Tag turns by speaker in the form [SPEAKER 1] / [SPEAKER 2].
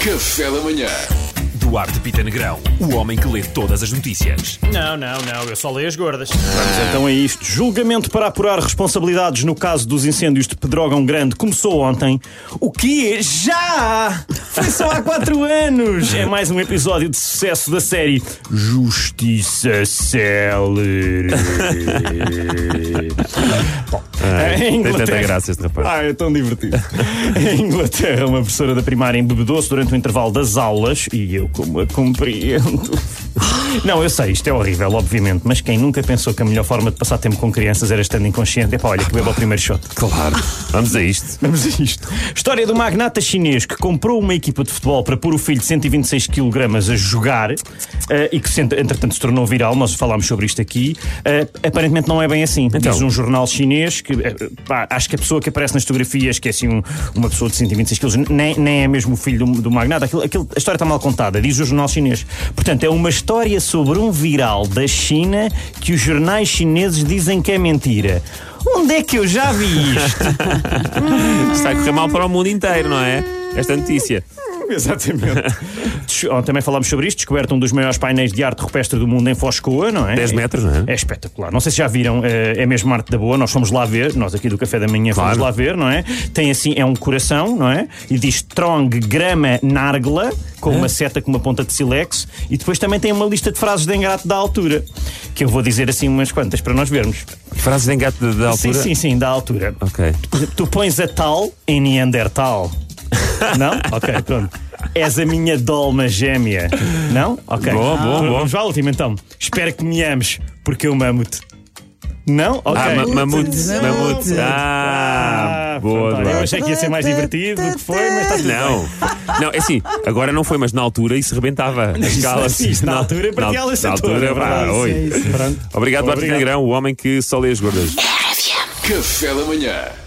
[SPEAKER 1] Café da Manhã.
[SPEAKER 2] Duarte Pita Negrão, o homem que lê todas as notícias.
[SPEAKER 3] Não, não, não, eu só leio as gordas.
[SPEAKER 4] Vamos então a isto. Julgamento para apurar responsabilidades no caso dos incêndios de Pedrógão Grande começou ontem. O que é já Ah, foi só há quatro anos. É mais um episódio de sucesso da série Justiça Célere. Bom, em
[SPEAKER 2] Tem tanta
[SPEAKER 4] Inglaterra-
[SPEAKER 2] graça este rapaz.
[SPEAKER 4] ah, é tão divertido. em Inglaterra, uma professora da primária embebedou-se durante o intervalo das aulas e eu como a compreendo. Não, eu sei, isto é horrível, obviamente, mas quem nunca pensou que a melhor forma de passar tempo com crianças era estando inconsciente? É pá, olha, que beba o primeiro shot.
[SPEAKER 2] Claro. Vamos a isto.
[SPEAKER 4] Vamos a isto. História do magnata chinês que comprou uma equipa de futebol para pôr o filho de 126 kg a jogar eh, e que, se ent- entretanto, se tornou viral. Nós falámos sobre isto aqui. Eh, aparentemente não é bem assim. Diz um jornal chinês que, eh, pá, acho que a pessoa que aparece nas fotografias, que é assim um- uma pessoa de 126 kg, nem, nem é mesmo o filho do, do magnata. Aquilo- aquilo- a história está mal contada, diz o jornal chinês. Portanto, é uma história sobre um viral da China que os jornais chineses dizem que é mentira. Onde é que eu já vi isto?
[SPEAKER 2] Isto vai correr mal para o mundo inteiro, não é? Esta notícia.
[SPEAKER 4] Exatamente. Des- oh, Também falámos sobre isto, descoberto um dos maiores painéis de arte rupestre do mundo em Foscoa, não é?
[SPEAKER 2] 10 metros, não é?
[SPEAKER 4] É espetacular. Não sei se já viram, eh, é mesmo arte da boa, nós fomos lá ver, nós aqui do Café da Manhã
[SPEAKER 2] Claro.
[SPEAKER 4] fomos lá ver, não é? Tem assim, é um coração, não é? E diz Strong Grama Nargla, com
[SPEAKER 2] É?
[SPEAKER 4] uma seta com uma ponta de silex, e depois também tem uma lista de frases de engrato da altura, que eu vou dizer assim umas quantas para nós vermos.
[SPEAKER 2] Frases de engate da- da altura.
[SPEAKER 4] Sim, sim, sim, da altura.
[SPEAKER 2] Ok.
[SPEAKER 4] Tu pões a tal em Neandertal. Não? Ok, pronto. És a minha dolma gêmea. Não? Ok.
[SPEAKER 2] Bom, bom,
[SPEAKER 4] Vamos-
[SPEAKER 2] bom.
[SPEAKER 4] Vamos à última então. Espero que me ames, porque eu mamo-te. Não? Ok.
[SPEAKER 2] Ah, ma- mamute.
[SPEAKER 5] Não.
[SPEAKER 2] Mamute. Ah,
[SPEAKER 4] Ah,
[SPEAKER 2] boa,
[SPEAKER 4] pronto, olha, eu
[SPEAKER 2] Duarte.
[SPEAKER 4] achei que ia ser mais divertido do que foi, mas está tudo bem.
[SPEAKER 2] Não, não, é assim, agora não foi, mas na altura isso rebentava. Escala-se.
[SPEAKER 4] isso, na altura, para ti, ela
[SPEAKER 2] Na
[SPEAKER 4] sentou,
[SPEAKER 2] altura, pá,
[SPEAKER 4] é verdade,
[SPEAKER 2] oi.
[SPEAKER 4] Pronto.
[SPEAKER 2] Obrigado, Duarte
[SPEAKER 4] Obrigado.
[SPEAKER 2] Negrão, o homem que só lê as gordas.
[SPEAKER 1] Café da Manhã.